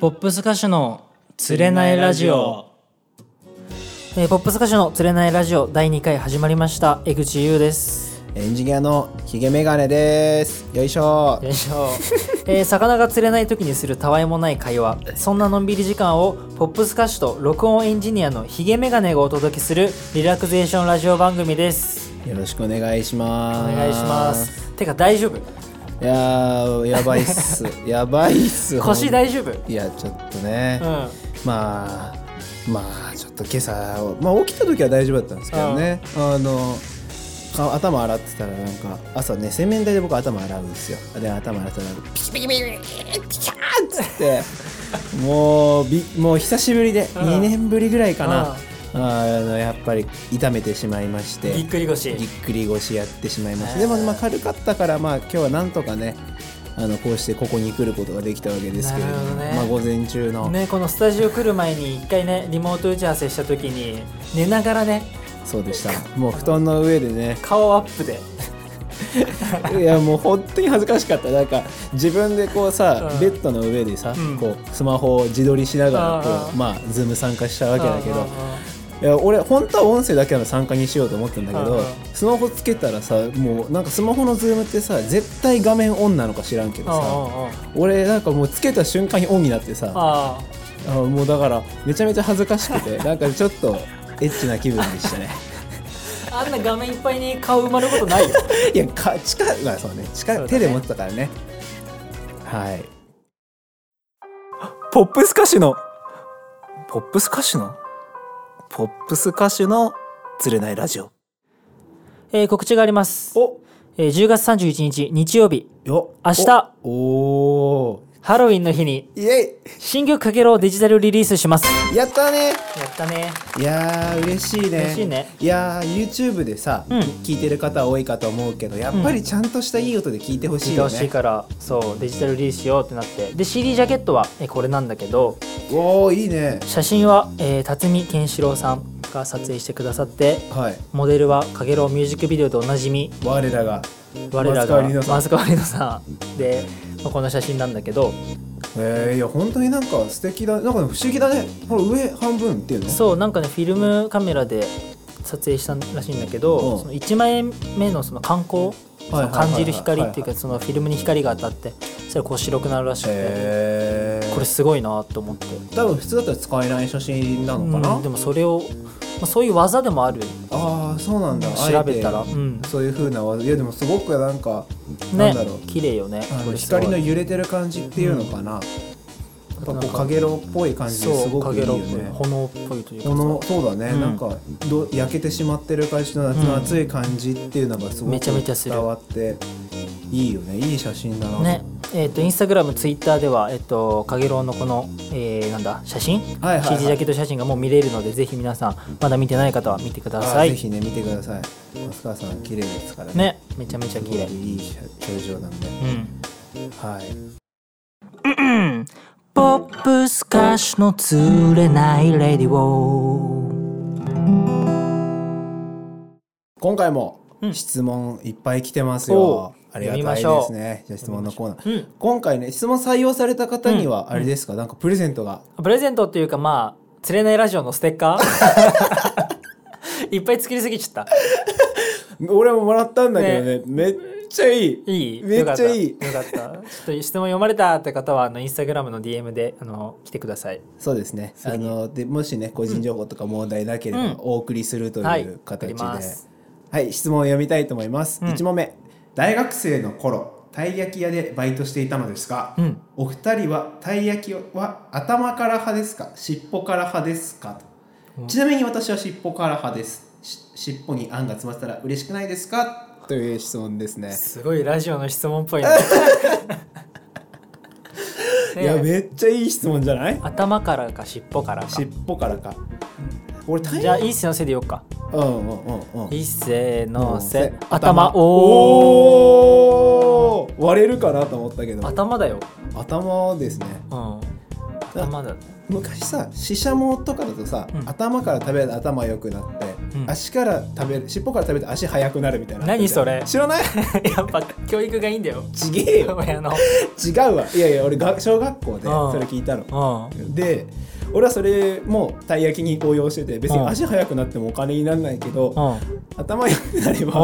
ポップス歌手の釣れないラジオ、えーポップス歌手の釣れないラジオ第2回始まりました江口優ですエンジニアのヒゲメガネですよいしょよいしょ、 えー魚が釣れない時にするたわいもない会話そんなのんびり時間をポップス歌手と録音エンジニアのヒゲメガネがお届けするリラクゼーションラジオ番組ですよろしくお願いしおます願いしますてか大丈夫いやーやばいっすやばい っす腰大丈夫いやちょっとね、うんまあまあちょっと今朝、まあ、起きた時は大丈夫だったんですけどねあのか頭洗ってたらなんか朝ね洗面台で僕頭洗うんですよで頭洗ったらピキピキピキピキピキャーっつってもうびもう久しぶりでうん2年ぶりぐらいかうんなあのやっぱり痛めてしまいましてぎっくり腰ぎっくり腰やってしまいましたでもまあ軽かったからまあ今日はなんとかねあのこうしてここに来ることができたわけですけれどもなるほどねまあ午前中の、ねこのスタジオ来る前に一回ねリモート打ち合わせした時に寝ながらねそうでしたもう布団の上で ね顔アップでいやもう本当に恥ずかしかったなんか自分でこうさ、うんベッドの上でさ、うんこうスマホを自撮りしながらあこーうまあズーム参加したわけだけあどーいや俺本当は音声だけの参加にしようと思ったんだけうんどうんスマホつけたらさもうなんかスマホのズームってさ絶対画面オンなのか知らんけどあーあさーあー俺なんかもうつけた瞬間にオンになってさあああもうだからめちゃめちゃ恥ずか しくてなんかちょっとエッチな気分でしたねあんな画面いっぱいに顔埋まることないよ いやか近いまあそうね近いそうだね手で持ってたからねはい ポップス歌手の、ポップス歌手の、ポップス歌手の釣れないラジオ。えー告知があります、おえー10月31日日曜日よ明日おおハロウィンの日にーイエ新曲かけろをデジタルリリースしますイやったねやったねいやー嬉しいね嬉しいねいやー YouTube でさ、うん聞いてる方多いかと思うけどやっぱりちゃんとしたいい音で聞いてほ聞しいいてよほしいね、からそうデジタルリリースしようってなってで CD ジャケットは、えーこれなんだけどおおいいね写真は、えー、辰巳健志郎さんが撮影してくださってはいモデルは「かげろう」ミュージックビデオでおなじみ我らが我ら松川がりなさん松川りのさんで、まあ、この写真なんだけどえー、いや本当になんか素敵だなんか不思議だねほら上半分っていうのそうなんかねフィルムカメラで撮影したらしいんだけど、うんその1枚目のその観光、はいはいはいはいその感じる光っていうかそのフィルムに光が当たってそしたらこう白くなるらしくて、へえこれすごいなと思って、多分普通だったら使えない写真なのかな、うんでもそれを、まあ、そういう技でもあるああそうなんだ調べたら、あえてうん、そういう風な技いやでもすごくなんか、なねんだろう綺麗よねあこのれすごい光の揺れてる感じっていうのかな、やっぱこうかげろうっぽい感じですそごうかくいいげよろうっぽいね炎っぽいというかこのそうだね、うんなんかど焼けてしまってる感じの夏の暑い感じっていうのがすごめくちゃめちゃする伝わっていいよねいい写真だな、ねえー、とインスタグラムツイッターでは、えっとかげろうのこの、えーなんだ写真、はいはいはい CD ジャケット写真がもう見れるのでぜひ皆さんまだ見てない方は見てくだあさぜいひね見てください松川さん綺麗ですからねねめちゃめちゃすご綺く麗いい表情なんで、うんはいポップス歌手のつれないレディオ今回もうん質問いっぱい来てますおうよ。ありがた読いみまでしょすうね。じゃあ質問のコーナー。うん今回ね質問採用された方にうんはあれですか、なんかプレゼントがプレゼントっていうかまあ釣れないラジオのステッカー いっぱい作りすぎちゃっ俺ももらったんだけどねめっちゃいいたいいめっちゃいいよかったよかったちょっと質問読まれたって方はあのインスタグラムの DM であの来てくださいそうですねあのでもしね個人情報とか問題なければ、うんお送りするといはいう形で、送りまはい、す質問を読みたいと思います、うん一問目大学生の頃たい焼き屋でバイトしていたのですが、うんお二人はたい焼きは頭から派ですか尻尾から派ですかと、ちなみに私は尻尾から派ですし尻尾にあんが詰まってたら嬉しくないですかという質問ですねすごいラジオの質問っぽいな いやねえめっちゃいい質問じゃない頭からか尻尾からか尻尾からか俺たいじゃあ焼きいっせのせでよっかうんうんうんうんいっせのせ頭頭おおおー割れるかなと思ったけど頭だよ頭ですねうん頭だ 昔さししゃもとかだとさ、うん頭から食べると頭良くなってうん足から食べる尻尾から食べて足速くなるみたいな何それ知らないやっぱ教育がいいんだよちげえよ親の違うわいやいや俺が小学校でそれ聞いたのうで俺はそれもたい焼きに応用してて別にうん足速くなってもお金にならないけどんうん頭良くなればう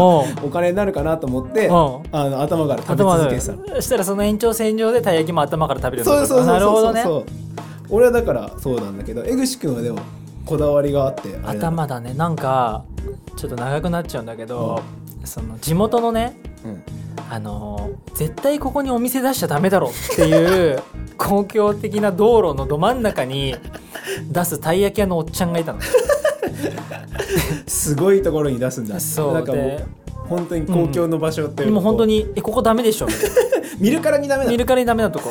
お金になるかなと思ってうんあの頭から食べ続けてたそしたらその延長線上でたい焼きも頭から食べるよそうにそうそうそうそうなるほどね俺はだからそうなんだけど江口君はでもこだわりがあってあれだ、頭だねなんかちょっと長くなっちゃうんだけど、その地元のねうん、あのー絶対ここにお店出しちゃダメだろっていう公共的な道路のど真ん中に出すたい焼き屋のおっちゃんがいたの。すごいところに出すんだそうなんかもでう本当に公共の場所っていうもう本当に「えここダメでしょ」みたい見るからにダメなだ見るからにダメなとこ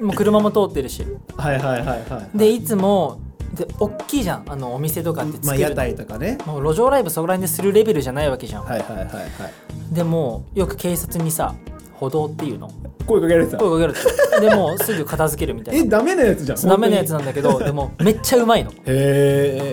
もう車も通ってるしはいはいはいはいでいつもで大きいじゃんあのお店とかってつまあける屋の、台とかねもう路上ライブそこら辺でするレベルじゃないわけじゃん、はいはいはいはいでもよく警察にさ歩道っていうの声かけられてた声かけるでもすぐ片付けるみたいえなダメなやつじゃんダメなやつなんだけどでもめっちゃうまいの本当にへ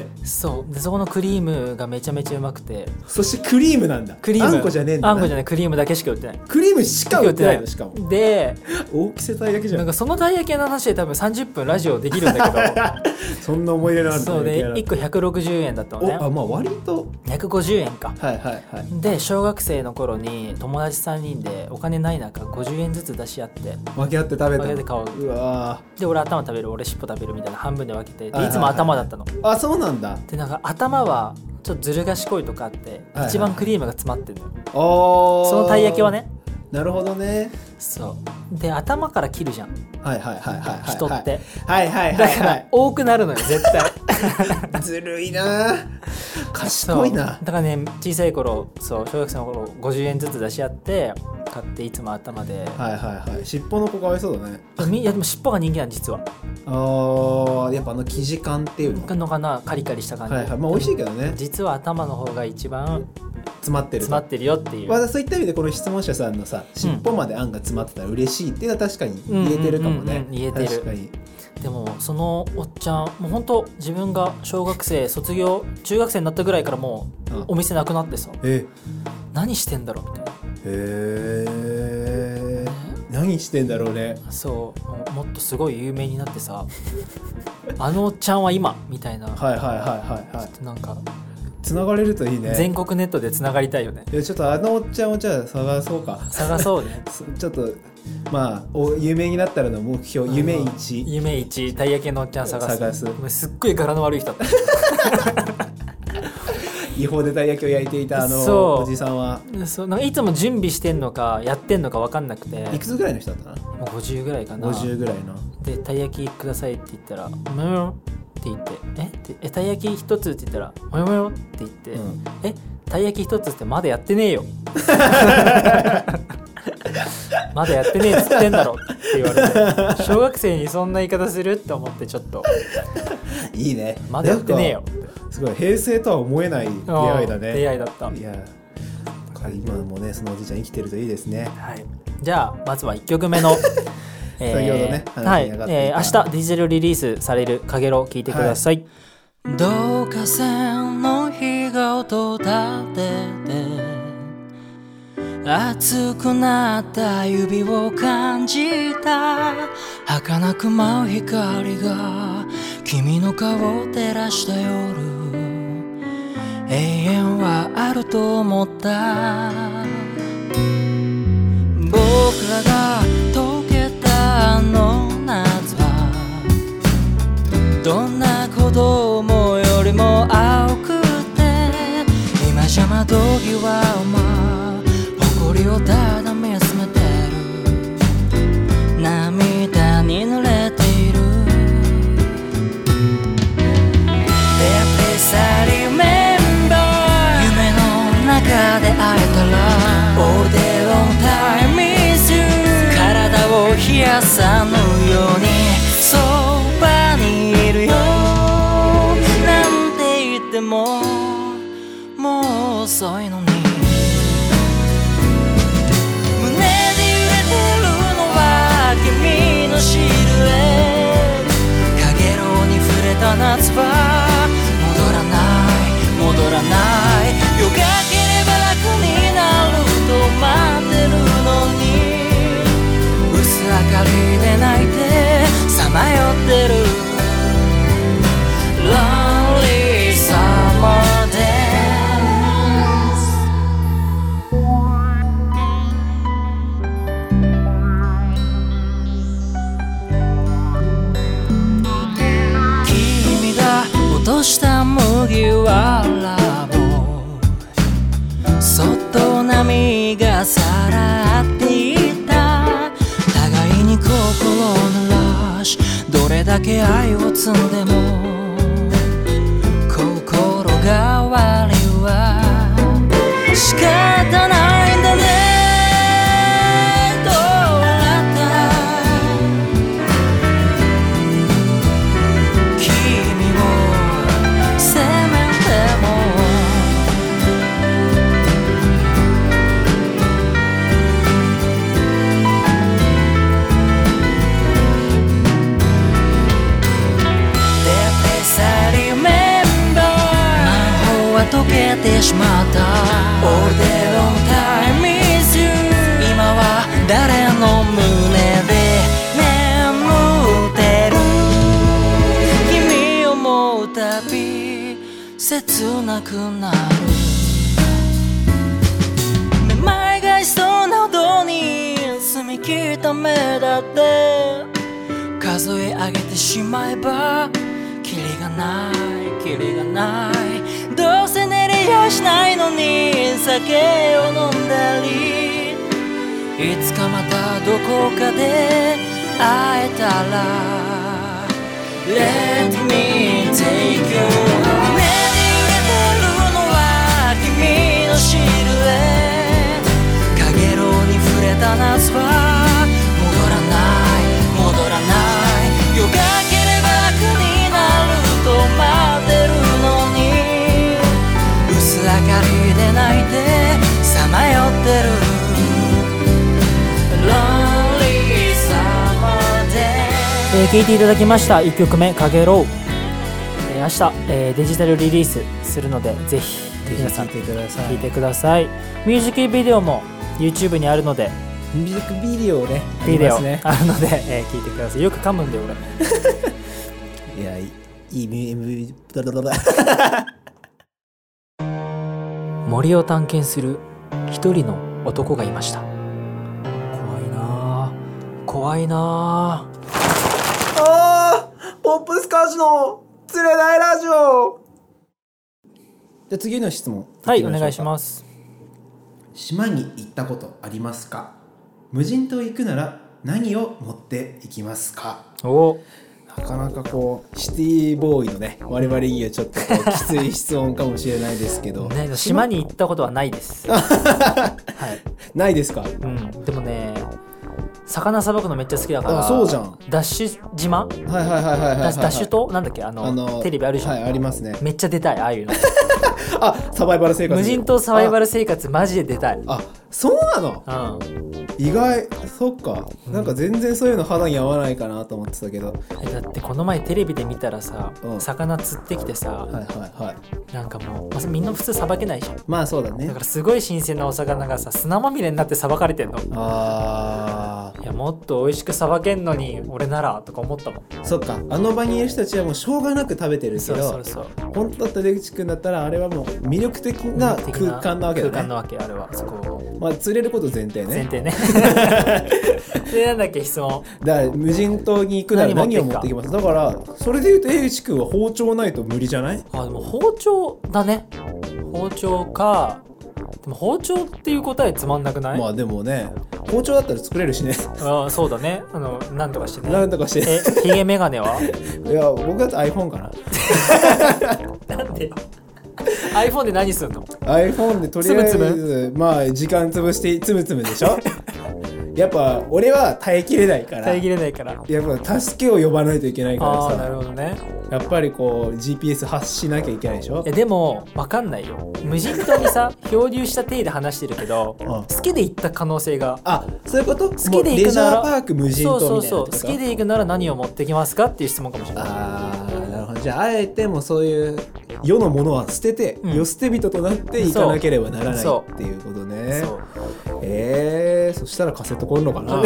えそうでそこのクリームがめちゃめちゃうまくてそしてクリームなんだクリームあんこじゃねえんだあんこじゃゃないクリームだけしか売ってないクリームしか売ってないのしかもで大きせたいだけじなゃんんかそのたい焼き屋の話で多分30分ラジオできるんだ けどそんな思い出のあるそうで焼1き個160円だったの屋ねだおあまあ割と150円かはいはいはいで小学生の頃に友達3人でお金ない中50円ずつ出し合って分け合って食べたの分けて買おううわで俺頭食べる俺尻尾食べるみたいな半分で分けてはいではいいつも頭だったのーあそうなんだでなんか頭はちょっとずる賢いとかあってはいはい一番クリームが詰まってるのよあーそのたい焼きはねなるほどねそうで頭から切るじゃんはいはいはいはいはいはい人ってはいはいはだいかはら多くなるのよ絶対いずるいなそう 賢いなだからね小さい頃そう小学生の頃50円ずつ出し合って買っていつも頭で、はいはいはい尻尾の子かわいそうだねみいやでも尻尾が人気なん実はあーやっぱあの生地感っていうののかなカリカリした感じ、はいはいまあ美味しいけどね実は頭の方が一番詰まってる詰とまってるよっていう、まあ、そういった意味でこの質問者さんのさ尻尾まであんが詰まってたら嬉しいっていうのは確かに言えてるかもうんうんねうんうん言えてる確かにでもそのおっちゃんもう本当自分が小学生卒業中学生になったぐらいからもううんお店なくなってさえ何してんだろうみたいなへえ何してんだろうねそうもうもっとすごい有名になって さあのおっちゃんは今みたいな、はいはいはいはいはいなんか繋がれるといいね全国ネットでつながりたいよねいやちょっとあのおっちゃんをじゃあ探そうか探そうねすちょっとまあお有名になったらの目標 夢うん一夢一たい焼き屋のおっちゃん探す探すもうすっごい柄の悪い人だっ違法でたい焼きを焼いていたあそのうおじさんはたそうなんかいつも準備してんのかやってんのか分かんなくていくつぐらいの人だったもう50ぐらいかなの ?50 ぐらいので「たい焼きください」って言ったら「むよむよ」って言って「えってえたい焼き一つ」って言ったら「むよむよ」って言って「うんえたい焼き一つ」ってまだやってねえよ まだやってねえっつってんだろって言われて小学生にそんな言い方するって思ってちょっといいねまだやってねえよなんかすごい平成とは思えない出会いだねうん出会いだったいやだから今もねそのおじいちゃん生きてるといいですねはい、じゃあまずは1曲目 のえー先ほどねは話いに上がっていたえー明日デジタルリリースされる「かげろ」聞いてください、導火線の日が音立てて熱くなった指を感じた儚く舞う光が君の顔を照らした夜永遠はあると思った僕らが溶けたあの夏はどんな子供よりも青くて今じゃ窓際はま誇りをただ見つめてる涙に濡れている Please remember 夢の中で会えたら All day long time is you 体を冷やさぬようにそばにいるよなんて言ってももう遅いのに胸に揺れてるのは君のシルエットかげろうに触れた夏は戻らない戻らないないよけければ楽になると待ってるのに薄明かりで泣いてさまよってる Lonely Summer Dance 君が落とした麦わらをそっと波がさらっていった互いに心を濡らしどれだけ愛を積んでも心変わりは仕方ないんだねどうだった君を責めても「でさリメンバー」「魔法は溶けてしまった」「オールデロンタイム is you」「今は誰の胸で眠ってる」君を思うたび切なくなるめまいがしそうなほどに澄み切った目だって数え上げてしまえばキリがないキリがないどうせ寝れやしないのに酒を飲んだりいつかまたどこかで会えたら Let me take you home 目に入れてるのは君のシルエット陽炎に触れた夏は戻らない戻らない夜が明ければ楽になると待ってるのに薄明かりで泣いてさまよってるえ Lonely Summer Day ー聞いていただきました1曲目「かげろう」えー明日、えーデジタルリリースするのでぜひ皆さん聞いてくださ聞いいてくださいミュージックビデオも YouTube にあるのでミュージックビデオねビデオありますねあるので、 えー聞いてくださいよく噛むんで俺いやいいいいいいいだだだだ森を探検する一人の男がいました怖いなあ怖いなああーポップス歌手の釣れないラジオじゃあ次の質問はい行おき願いししょうかます島に行ったことありますか無人島行くなら何を持って行きますかおなかなかこうシティボーイのね我々にはちょっとこうきつい質問かもしれないですけど、ね島に行ったことはない です、はいないですかうん、でもね魚さばくのめっちゃ好きだからあそうじゃんダッシュ島はいはいはいはいはいはい、ダッダッシュ島なんだっけあのあのテレビあるじゃん、はいありますねめっちゃ出たいああ いうのあサバイバル生活無人島サバイバル生活マジで出たいうんああそうなのあ意外そっかなんか全然そういうの肌に合わないかなと思ってたけど、れだってこの前テレビで見たらさ、うん魚釣ってきてさ、はいはいはいなんかもう、まあみんな普通さばけないじゃんまあそうだねだからすごい新鮮なお魚がさ砂まみれになってさばかれてんのいあやもっと美味しくさばけんのに俺ならとか思ったもんーそっかあの場にいる人たちはもうしょうがなく食べてるけそうどそうそう本当だったら出口くんだったらあれはもう魅力的な空間なわけだね空間なわけあれはそこまあ釣れること前提ね前提 ねでなんだっけ質問だから無人島に行くなら何何持ってくかを持ってきますだからそれで言うと江口くんは包丁ないと無理じゃないあでも包丁だね包丁かでも包丁っていう答えつまんなくない、まあでもね包丁だったら作れるしねあ、そうだねあのなんとかして なねんとかしてえヒゲメガネ はいや僕だと iPhone かななんで iPhone で何すんの iPhone でとりあえつずむつまあ時間潰してつむつむでしょ やっぱ俺は耐えきれないから遮れないからやっぱ助けを呼ばないといけないかああらなるさほどねやっぱりこう GPS 発しなきゃいけないでしょいやでも分かんないよ無人島にさ漂流した体で話してるけどん好きで行った可能性があそういうこと好好きでレ行くジなャーらパーク無人島みたいなそうそうとそうか好きで行くなら何を持ってきますかっていう質問かもしれないあーなるほどじゃああえてもうそういう世のものは捨てて、うん世捨て人となっていかなければならないそうっていうことねそうえー、そしたらカセットコンロ かな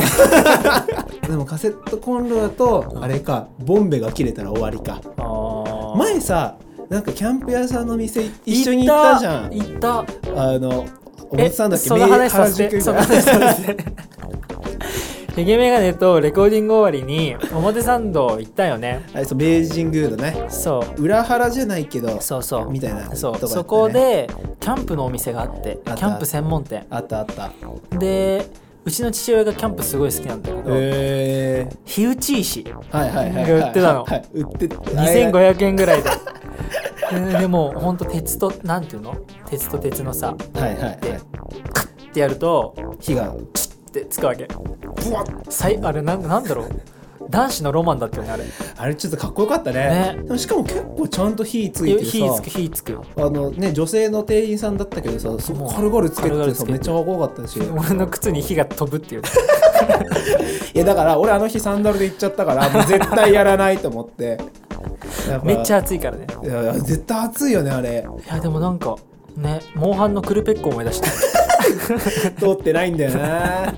でもカセットコンロだとあれかボンベが切れたら終わりかあー前さなんかキャンプ屋さんの店一緒に行ったじゃん行ったあのおもつさんだっけえその話させ名て原そ宿のが話させてヘゲメガネとレコーディング終わりに表参道行ったよね あれそう明治神宮のねそう裏腹じゃないけどそうそうみたいなそう、とこやったねそこでキャンプのお店があってたキャンプ専門店あったあったでうちの父親がキャンプすごい好きなんだけど、へえ火打ち石はいはいはいが売ってたのはいはい売って2500 2500円ぐらいでででもほんと鉄となんていうの鉄と鉄のさはいはいはいでってやると火がってつくわけブワッさいあれなんなんだろう男子のロマンだったよねあれあれちょっとかっこよかったねねでもしかも結構ちゃんと火ついて火つさく火つくあのね女性の店員さんだったけどさすごい軽々つけ軽々てつけさてめっちゃかっこよかったし俺の靴に火が飛ぶっていうねいやだから俺あの日サンダルで行っちゃったからもう絶対やらないと思ってだからめっちゃ暑いからねいやいや絶対暑いよねあれいやでもなんかねモンハンのクルペッコ思い出 した通ってないんだよ な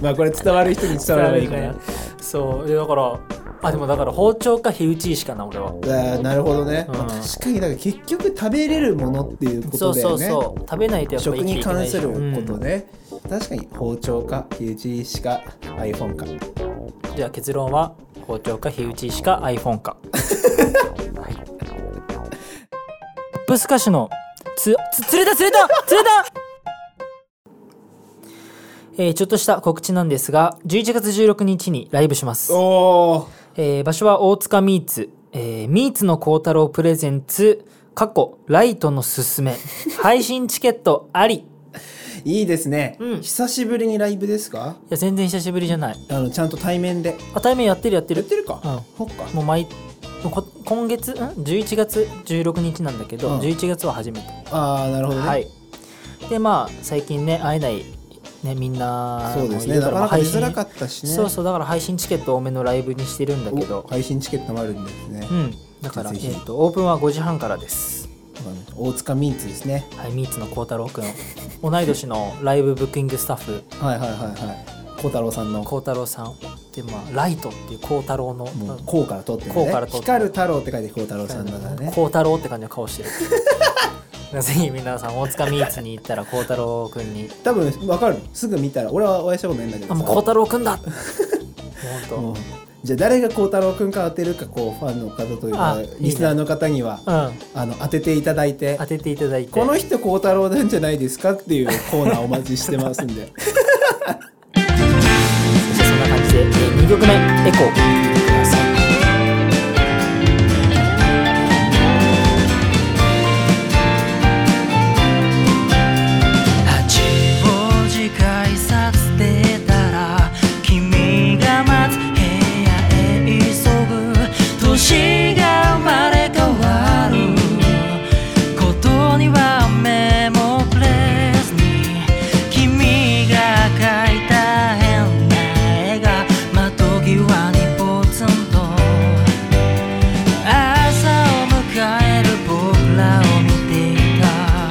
まあこれ伝わる人に伝わればいいかなそうでだからあでもだから包丁か火打ち石かな俺はあーなるほどね、うん確かにだから結局食べれるものっていうこそとうだそようねそう食べないとやっぱ食生きてにいけな関いするうんことね、確かに包丁か火打ち石か iPhone かじゃあ結論は包丁か火打ち石か iPhone かはいポップス歌手のつつ釣れた釣れた釣れたえーちょっとした告知なんですが11月16日にライブしますおーえー場所は大塚ミーツ、えーミーツの幸太郎プレゼンツ過去ライトのすす め配信チケットありいいいですね、うん久しぶりにライブですかや全然久しぶりじゃないあのちゃんと対面であ対面やってるやってやっるてるか、うそっかもう毎こ今月ん11月16日なんだけど、うん11月は初めて、ああなるほどね、はいでまあ最近ね会えないねみんなそうですもいるねならかなか出配信づらかったしねそうそうだから配信チケット多めのライブにしてるんだけおど配信チケットもあるんですね、うんだから、えぜひー、とオープンは5時半からです大塚ミーツですねはい、ミーツの幸太郎くん同い年のライブブッキングスタッフはいはいはいはい孝太郎さんの幸太郎さんで、まあ、ライトっていう幸太郎のもう「こう」から取ってるこうねから取って光る太郎って書いて孝太郎さんだからね幸太郎って感じの顔してる ぜひ皆さん大塚ミーツに行ったら幸太郎くんに多分分かるすぐ見たら俺はお会いしたことないんだけあどもう幸太郎くん だもうもう本じゃあ誰が孝太郎くんか当てるかこうファンの方というかあいいねリスナーの方には当うんあの当てていただいて当てていただいてこの人孝太郎なんじゃないですかっていうコーナーお待ちしてま すんでそしてそんな感じで、え2曲目「エコー」聴いてください八王子改札出たら君が待つ部屋へ急ぐ年が生まれ変わることには目もくれずに君が描いた変な絵が窓際にポツンと朝を迎える僕らを見ていた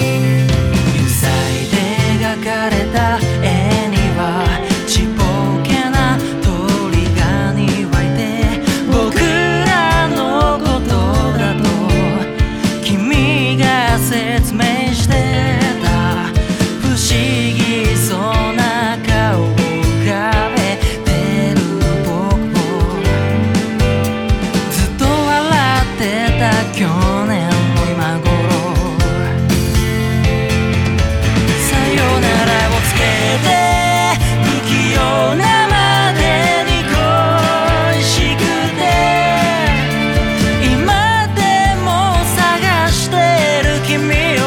油彩で描かれた絵にはちぼけな鳥がにわいて僕らのことだと君が説明してた不思議そうな顔を浮かべてる僕をずっと笑ってた去年の今頃「さよならをつけて」「不器用なまでに恋しくて」「今でも探してる君を」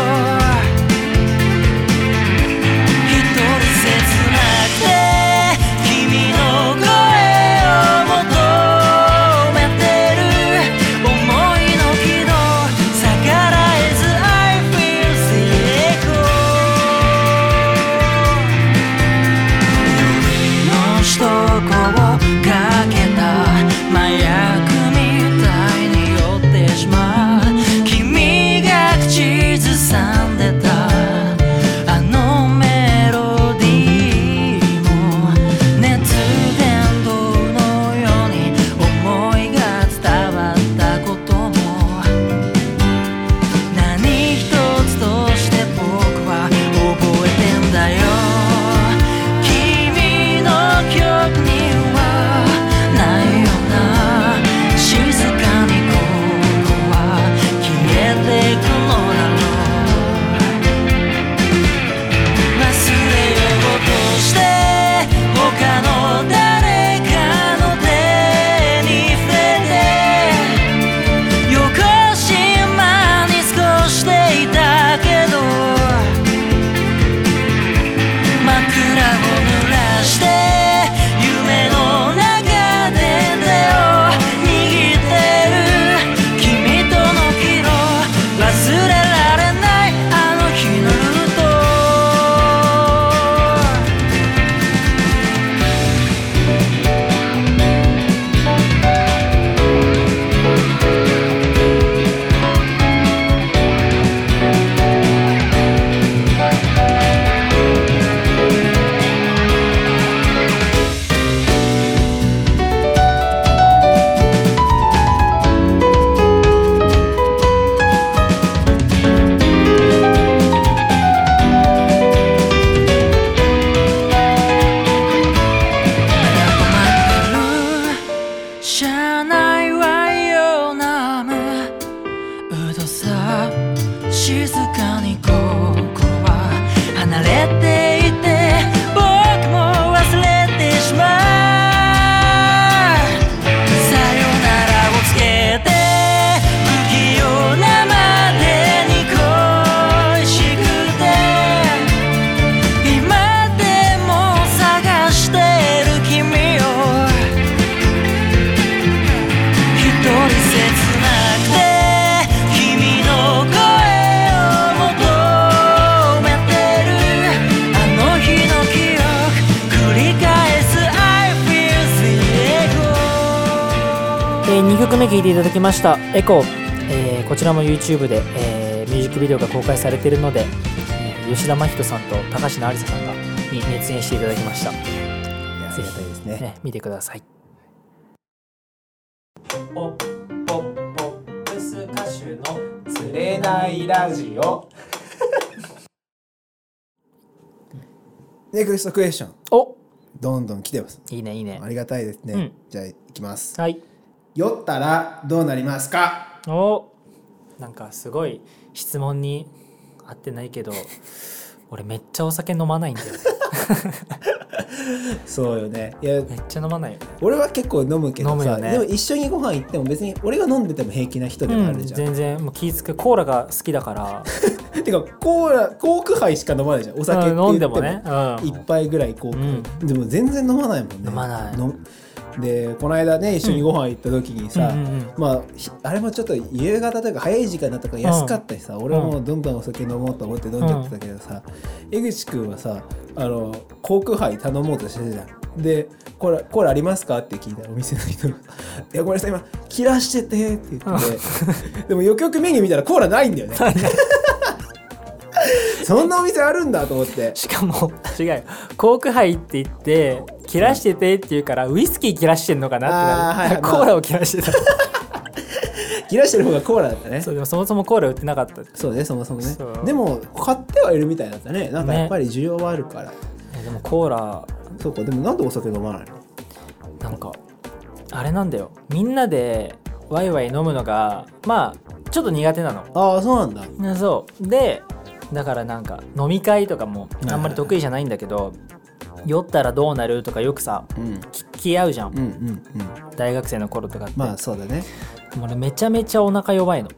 かに心は離れていて僕も忘れてしまう「さよならをつけて」「不器用なまでに恋しくて」「今でも探してる君を」「一人切なくて君の声を求めてる」「あの日の記憶繰り返す I feel the echo」え2曲目聴いていただきました「エコー」えーこちらも YouTube で、えーミュージックビデオが公開されているので、えー吉田真人さんと高階有沙さんがに熱演していただきました、いやありがたいですねね、見てくださいポッポッポップス歌手の釣れないラジ オネクストクエスチョンおどんどん来てますいいねいいねありがたいですね、うんじゃあいきますはい酔ったらどうなりますかおなんかすごい質問に合ってないけど俺めっちゃお酒飲まないんだよねそうよねいやめっちゃ飲まないよね俺は結構飲むけど飲むさ、よねでも一緒にご飯行っても別に俺が飲んでても平気な人でもあうんるじゃん、全然もう気ぃつけコーラが好きだ からてかコーラコーク杯しか飲まないじゃんお酒って言ってうん飲んでもねうん一杯ぐらいコーク、でも全然飲まないもんね飲まないのでこの間ね一緒にご飯行った時にさ、うんうんうんまあひあれもちょっと夕方というか早い時間だったから安かったしさ、俺はもうどんどんお酒飲もうと思って飲んじゃってたけどさ、江口くんはさあのコーク杯頼もうとしてたじゃんでコーラコーラありますかって聞いたらお店の 人が「いやごめんなさい今切らしてて」って言って でもよくよくメニュー見たらコーラないんだよね そんなお店あるんだと思って。しかも 違うよコーク杯って言って切らしててって言うからウイスキー切らしてんのかなってなる、あーはいは いコーラを切らしてた切らしてる方がコーラだったね。そそううでもそもそもコーラ売ってなかったいね、そもそもねそう。でも、買ってはいるみたいだったね。なんかねやっぱり需要はあるから。やでもコーラそうか、でもなんでお酒飲まないなのんかあれなんだよみんなでワイワイ飲むのがまあちょっと苦手なのああ、そうなんだ。ねそうでだからなんか飲み会とかもあんまり得意じゃないんだけど酔ったらどうなるとかよくさうん。聞き合うじゃんうんうんうん。大学生の頃とかって、まあ、そうだね。でも俺めちゃめちゃお腹弱いの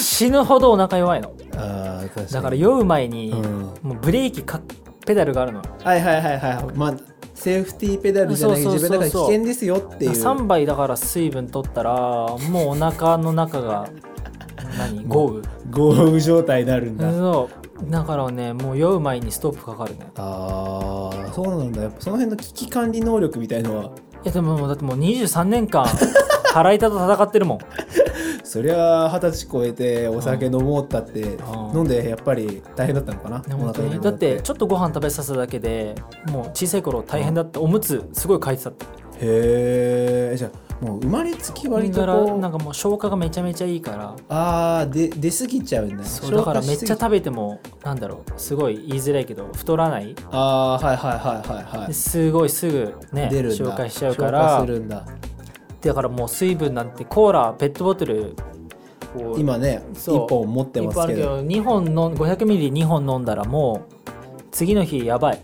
死ぬほどお腹弱いのああ、確かに。だから酔う前に、うんもうブレーキかペダルがあるのはいはいはいはい。まあ、セーフティーペダルじゃないけどそう自そう分そだうそうから危険ですよっていう。 3杯だから水分取ったらもうお腹の中が何豪豪雨状態になるんだ。雨そうだからねもう酔う前にストップかかるねああ、そうなんだ。やっぱその辺の危機管理能力みたいのは、いやでももうだってもう23年 間腹痛と戦ってるもんそりゃあ二十歳超えてお酒飲もうったってん飲んでやっぱり大変だったのかなねお本当腹痛にくだなってちょっとご飯食べさせただけでもう小さい頃大変だっておむつすごい書いてたってへえじゃあもう生まれつき割とだからこなんうかもう消化がめちゃめちゃいいからああで出過ぎちゃうんだそうだからめっちゃ食べ食べてもなんだろうすごい言いづらいけど太らないああはいはいはいはいはいすごいすぐね出るんだ消化しちゃうか消ら化するんだだからもう水分なんてコーラペットボトルを今ね一そう本持っていっまぱいあするけけどど2本の 500ml2 本飲んだらもう次の日やばい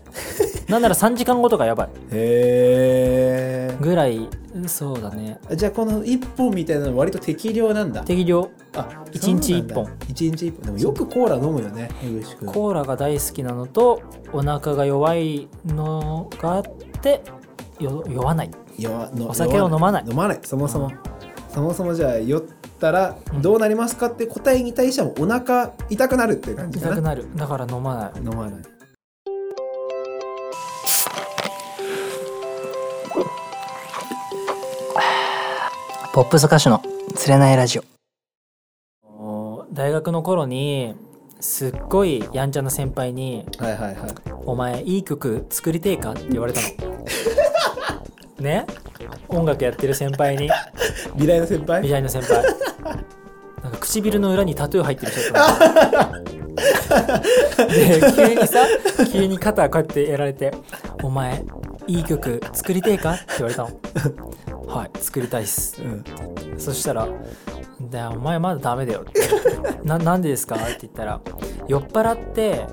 なんなら3時間後とかやばいへぐらいそうだねえじゃあこの一本みたいなの割と適量なんだ適量あ一日一本そうなんだ一日一本でもよくコーラ飲むよね江口君コーラが大好きなのとお腹が弱いのがあってよ酔わない弱のお酒を飲まない飲まないそもそも、そもそもじゃあ酔ったらどうなりますかって答えに対してはお腹痛くなるっていう感じか痛なくなるだから飲まない飲まないポップス歌手の釣れないラジオお大学の頃にすっごいやんちゃな先輩にはいはいはい「お前いい曲作りてえか?」って言わ れたのね音楽やってる先輩に未来の先輩美大の先輩なんか唇の裏にタトゥー入ってる人だったので急にさ急に肩こうやってやられて「お前いい曲作りてえか?」って言われたの「はい作りたいっす」そしたらでお前まだダメだよってななんでですかって言ったら酔っ払って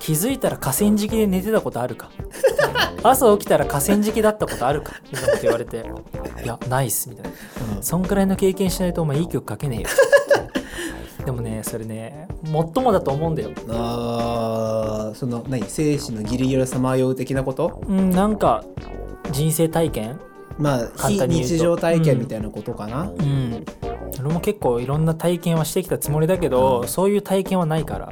気づいたら河川敷で寝てたことあるか朝起きたら河川敷だったことあるかみたいなこと言われていやないっすみたいな、そんくらいの経験しないとお前いい曲書けねえ よでもねそれねもっともだと思うんだよあーその何生死のギリギリをさまよう的なことうんなんか人生体験まあ非簡単に言うと日常体験みたいなことかな、うん俺も結構いろんな体験はしてきたつもりだけど、そういう体験はないから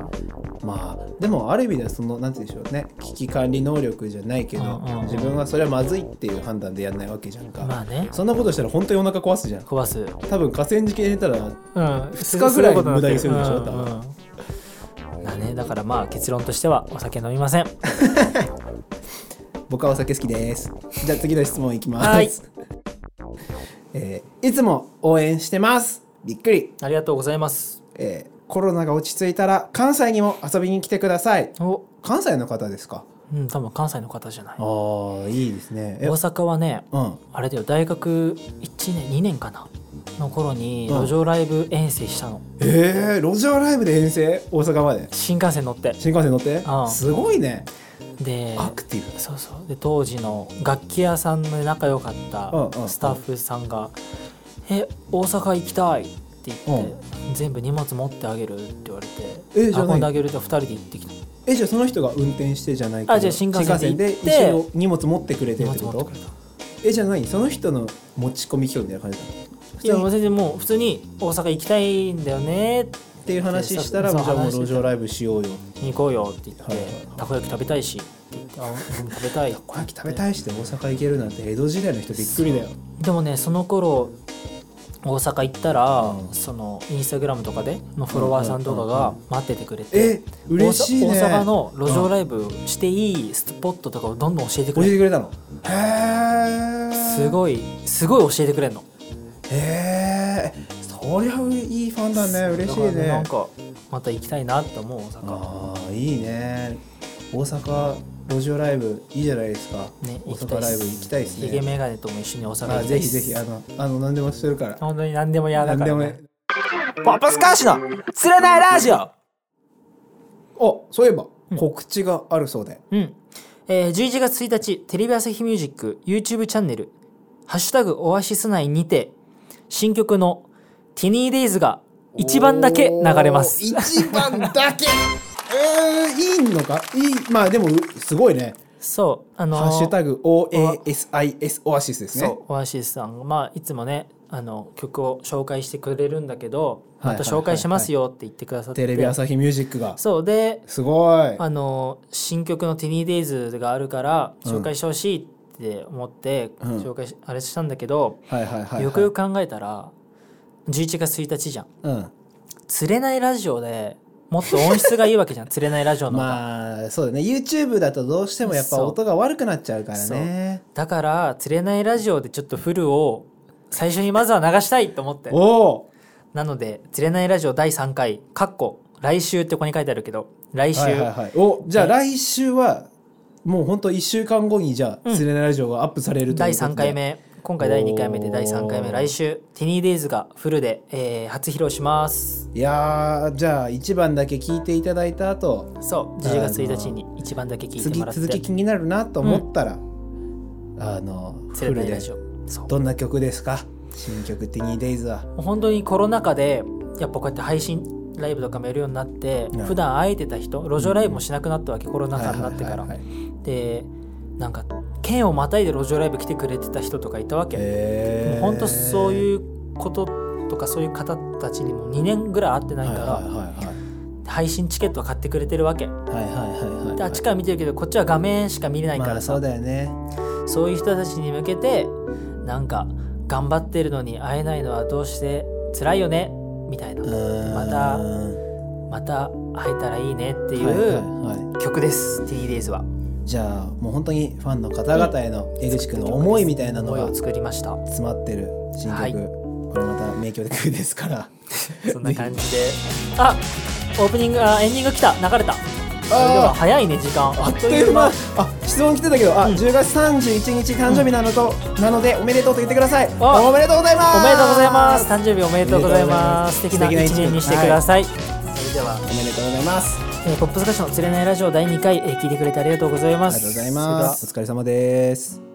まあでもある意味ではそのなんて言うんでしょうね危機管理能力じゃないけど、うんうんうん自分はそれはまずいっていう判断でやんないわけじゃんか、まあねそんなことしたら本当にお腹壊すじゃん壊す多分河川敷で寝たらうん、二日ぐらい無駄にするでしょ多分うんだね、だからまあ結論としてはお酒飲みません僕はお酒好きですじゃあ次の質問いきます、はいえーいつも応援してますびっくり、ありがとうございますえーコロナが落ち着いたら関西にも遊びに来てくださいお関西の方ですかうん多分関西の方じゃないああいいですねえ大阪はねうんあれだよ大学1年2年かなの頃にうん路上ライブ遠征したの、えー、路上ライブで遠征大阪まで新幹線乗って新幹線乗ってああすごいねでアクティブそうそうで当時の楽器屋さんの仲良かったうんうんスタッフさんが「え大阪行きたい」って言って「全部荷物持ってあげる」って言われえてじゃあ運んであげると2人で行ってきたえじゃあその人が運転してじゃないけどあじゃあ新幹線で行って新幹線で一緒に荷物持ってくれて荷って物持こってくとれたえじゃあ何その人の持ち込み機会みたいな感じだ普い通やにもう全然もう普通に大阪行きたいんだよねっていう話したらそじうゃあもうそう路上ライブしようよ行こうよって言って、はいはいはいたこ焼き食べたいしって言ってあうん食べたいたこ焼き食べたいしで大阪行けるなんて江戸時代の人びっくりだよでもねその頃大阪行ったら、うんそのインスタグラムとかでのフォロワーさんとかうんうんうが待っててくれて、え嬉しいね大阪大阪の路上ライブしていいスポットとかをどんどん教えてく教えれてる、くれたのへえすごいすごい教えてくれるのへえそりゃいいファンだね嬉しいだからねなんかまた行きたいなって思う大阪ああいいね大阪路上ライブいいじゃないですか、ね大行きたい阪っラすイブ行きたいですヒゲねメガネとも一緒に大阪行きあたいぜひっすぜひあのあの何でもするから本当に何でも嫌だ何かでら、もねね、ポップスカーシの釣れないラジオあそういえば、告知があるそうでうん。えー、11月1日、テレビ朝日ミュージック YouTube チャンネル、ハッシュタグオアシス内にて、新曲のティニーデイズが一番だけ流れます。おー一番だけ えー、いいのかいいまあでもすごいねそう、あ「のーハッシュタグ #OASIS オアシス」ですねそう、オアシスさんが、まあ、いつもね、あの曲を紹介してくれるんだけど、はまいはいはいはいた紹介しますよって言ってくださって、テレビ朝日ミュージックがそうで、すごいあのー新曲のティニーデイズがあるから紹介してほしいって思って、ん紹介しあれしたんだけど、はいはいはい、はい、よくよく考えたら11月1日じゃんうん釣れないラジオでもっと音質がいいわけじ ゃん釣れないラジオの方が、まあそうだね YouTube だとどうしてもやっぱそう音が悪くなっちゃうからねだから釣れないラジオでちょっとフルを最初にまずは流したいと思っておおなので釣れないラジオ第3回かっこ来週ってここに書いてあるけど来週、はいはいはいおじゃあ来週はもうほんと1週間後にじゃあ「釣れないラジオ」がアップされるということで第3回目今回第2回目おでー第3回目来週ティニーデイズがフルで、えー初披露しますいやーじゃあ1番だけ聞いていただいた後そう10月1日に一番だけ聞いて次もらって続き気になるなと思ったら、あの釣れないラでジオそうどんな曲ですか新曲「ティニーデイズはもう本当にコロナ禍でやっぱこうやって配信ライブとかもやるようになって、ん普段会えてた人路上ライブもしなくなったわけ、コロナ禍になってから、はいはいはいはいでなんか県をまたいで路上ライブ来てくれてた人とかいたわけ、へーもう本当そういうこととかそういう方たちにも2年ぐらい会ってないから、はいはいはい配信チケットは買ってくれてるわけはいはいはいはいであっちから見てるけどこっちは画面しか見れないかまあらさ、そうだよねそういう人たちに向けてなんか頑張ってるのに会えないのはどうして辛いよねみたいなうーんまたまた会えたらいいねっていはういはいはい曲です、TDays はじゃあもう本当にファンの方々への江口くんの思いみたいなの思いがを詰作りましたまってる新曲、はいこれまた名曲ですからそんな感じであオープニングあエンディング来た流れたそれでは早いね時間あっという間あ質問来てたけど、あ、10月31日誕生日なのと、なのでおめでとうと言ってください。あおめでとうございます。おめでとうございます誕生日おめでとうございますおめ素敵でとうなございま一す年にしてください、それではおめでとうございます。えーポップス歌手の釣れないラジオ第2回、えー聞いてくれてありがとうございまありすがとうございます。お疲れ様です。